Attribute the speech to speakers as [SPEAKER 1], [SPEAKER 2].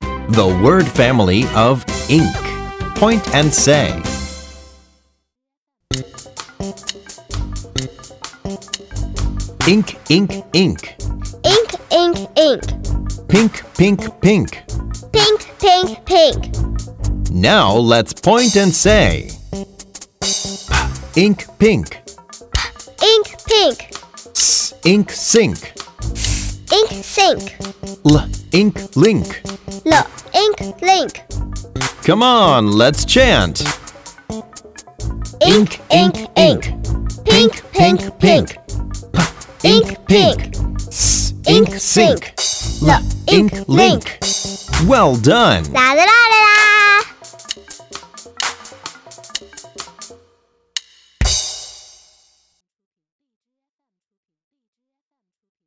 [SPEAKER 1] The word family of ink. Point and say. Ink, ink, ink.
[SPEAKER 2] Ink, ink, ink.
[SPEAKER 1] Pink, pink, pink.
[SPEAKER 2] Pink, pink, pink.
[SPEAKER 1] Now let's point and say. Ink, pink.
[SPEAKER 2] Ink, pink.
[SPEAKER 1] S, ink, sink.
[SPEAKER 2] Ink, sink.
[SPEAKER 1] L, ink, link.
[SPEAKER 2] Look, ink, link.
[SPEAKER 1] Come on, let's chant.
[SPEAKER 2] Ink, ink, ink. Pink, pink, pink.
[SPEAKER 1] P, ink, pink. S, ink, sink.
[SPEAKER 2] Look, ink, link.
[SPEAKER 1] Well done.
[SPEAKER 2] La la la la la.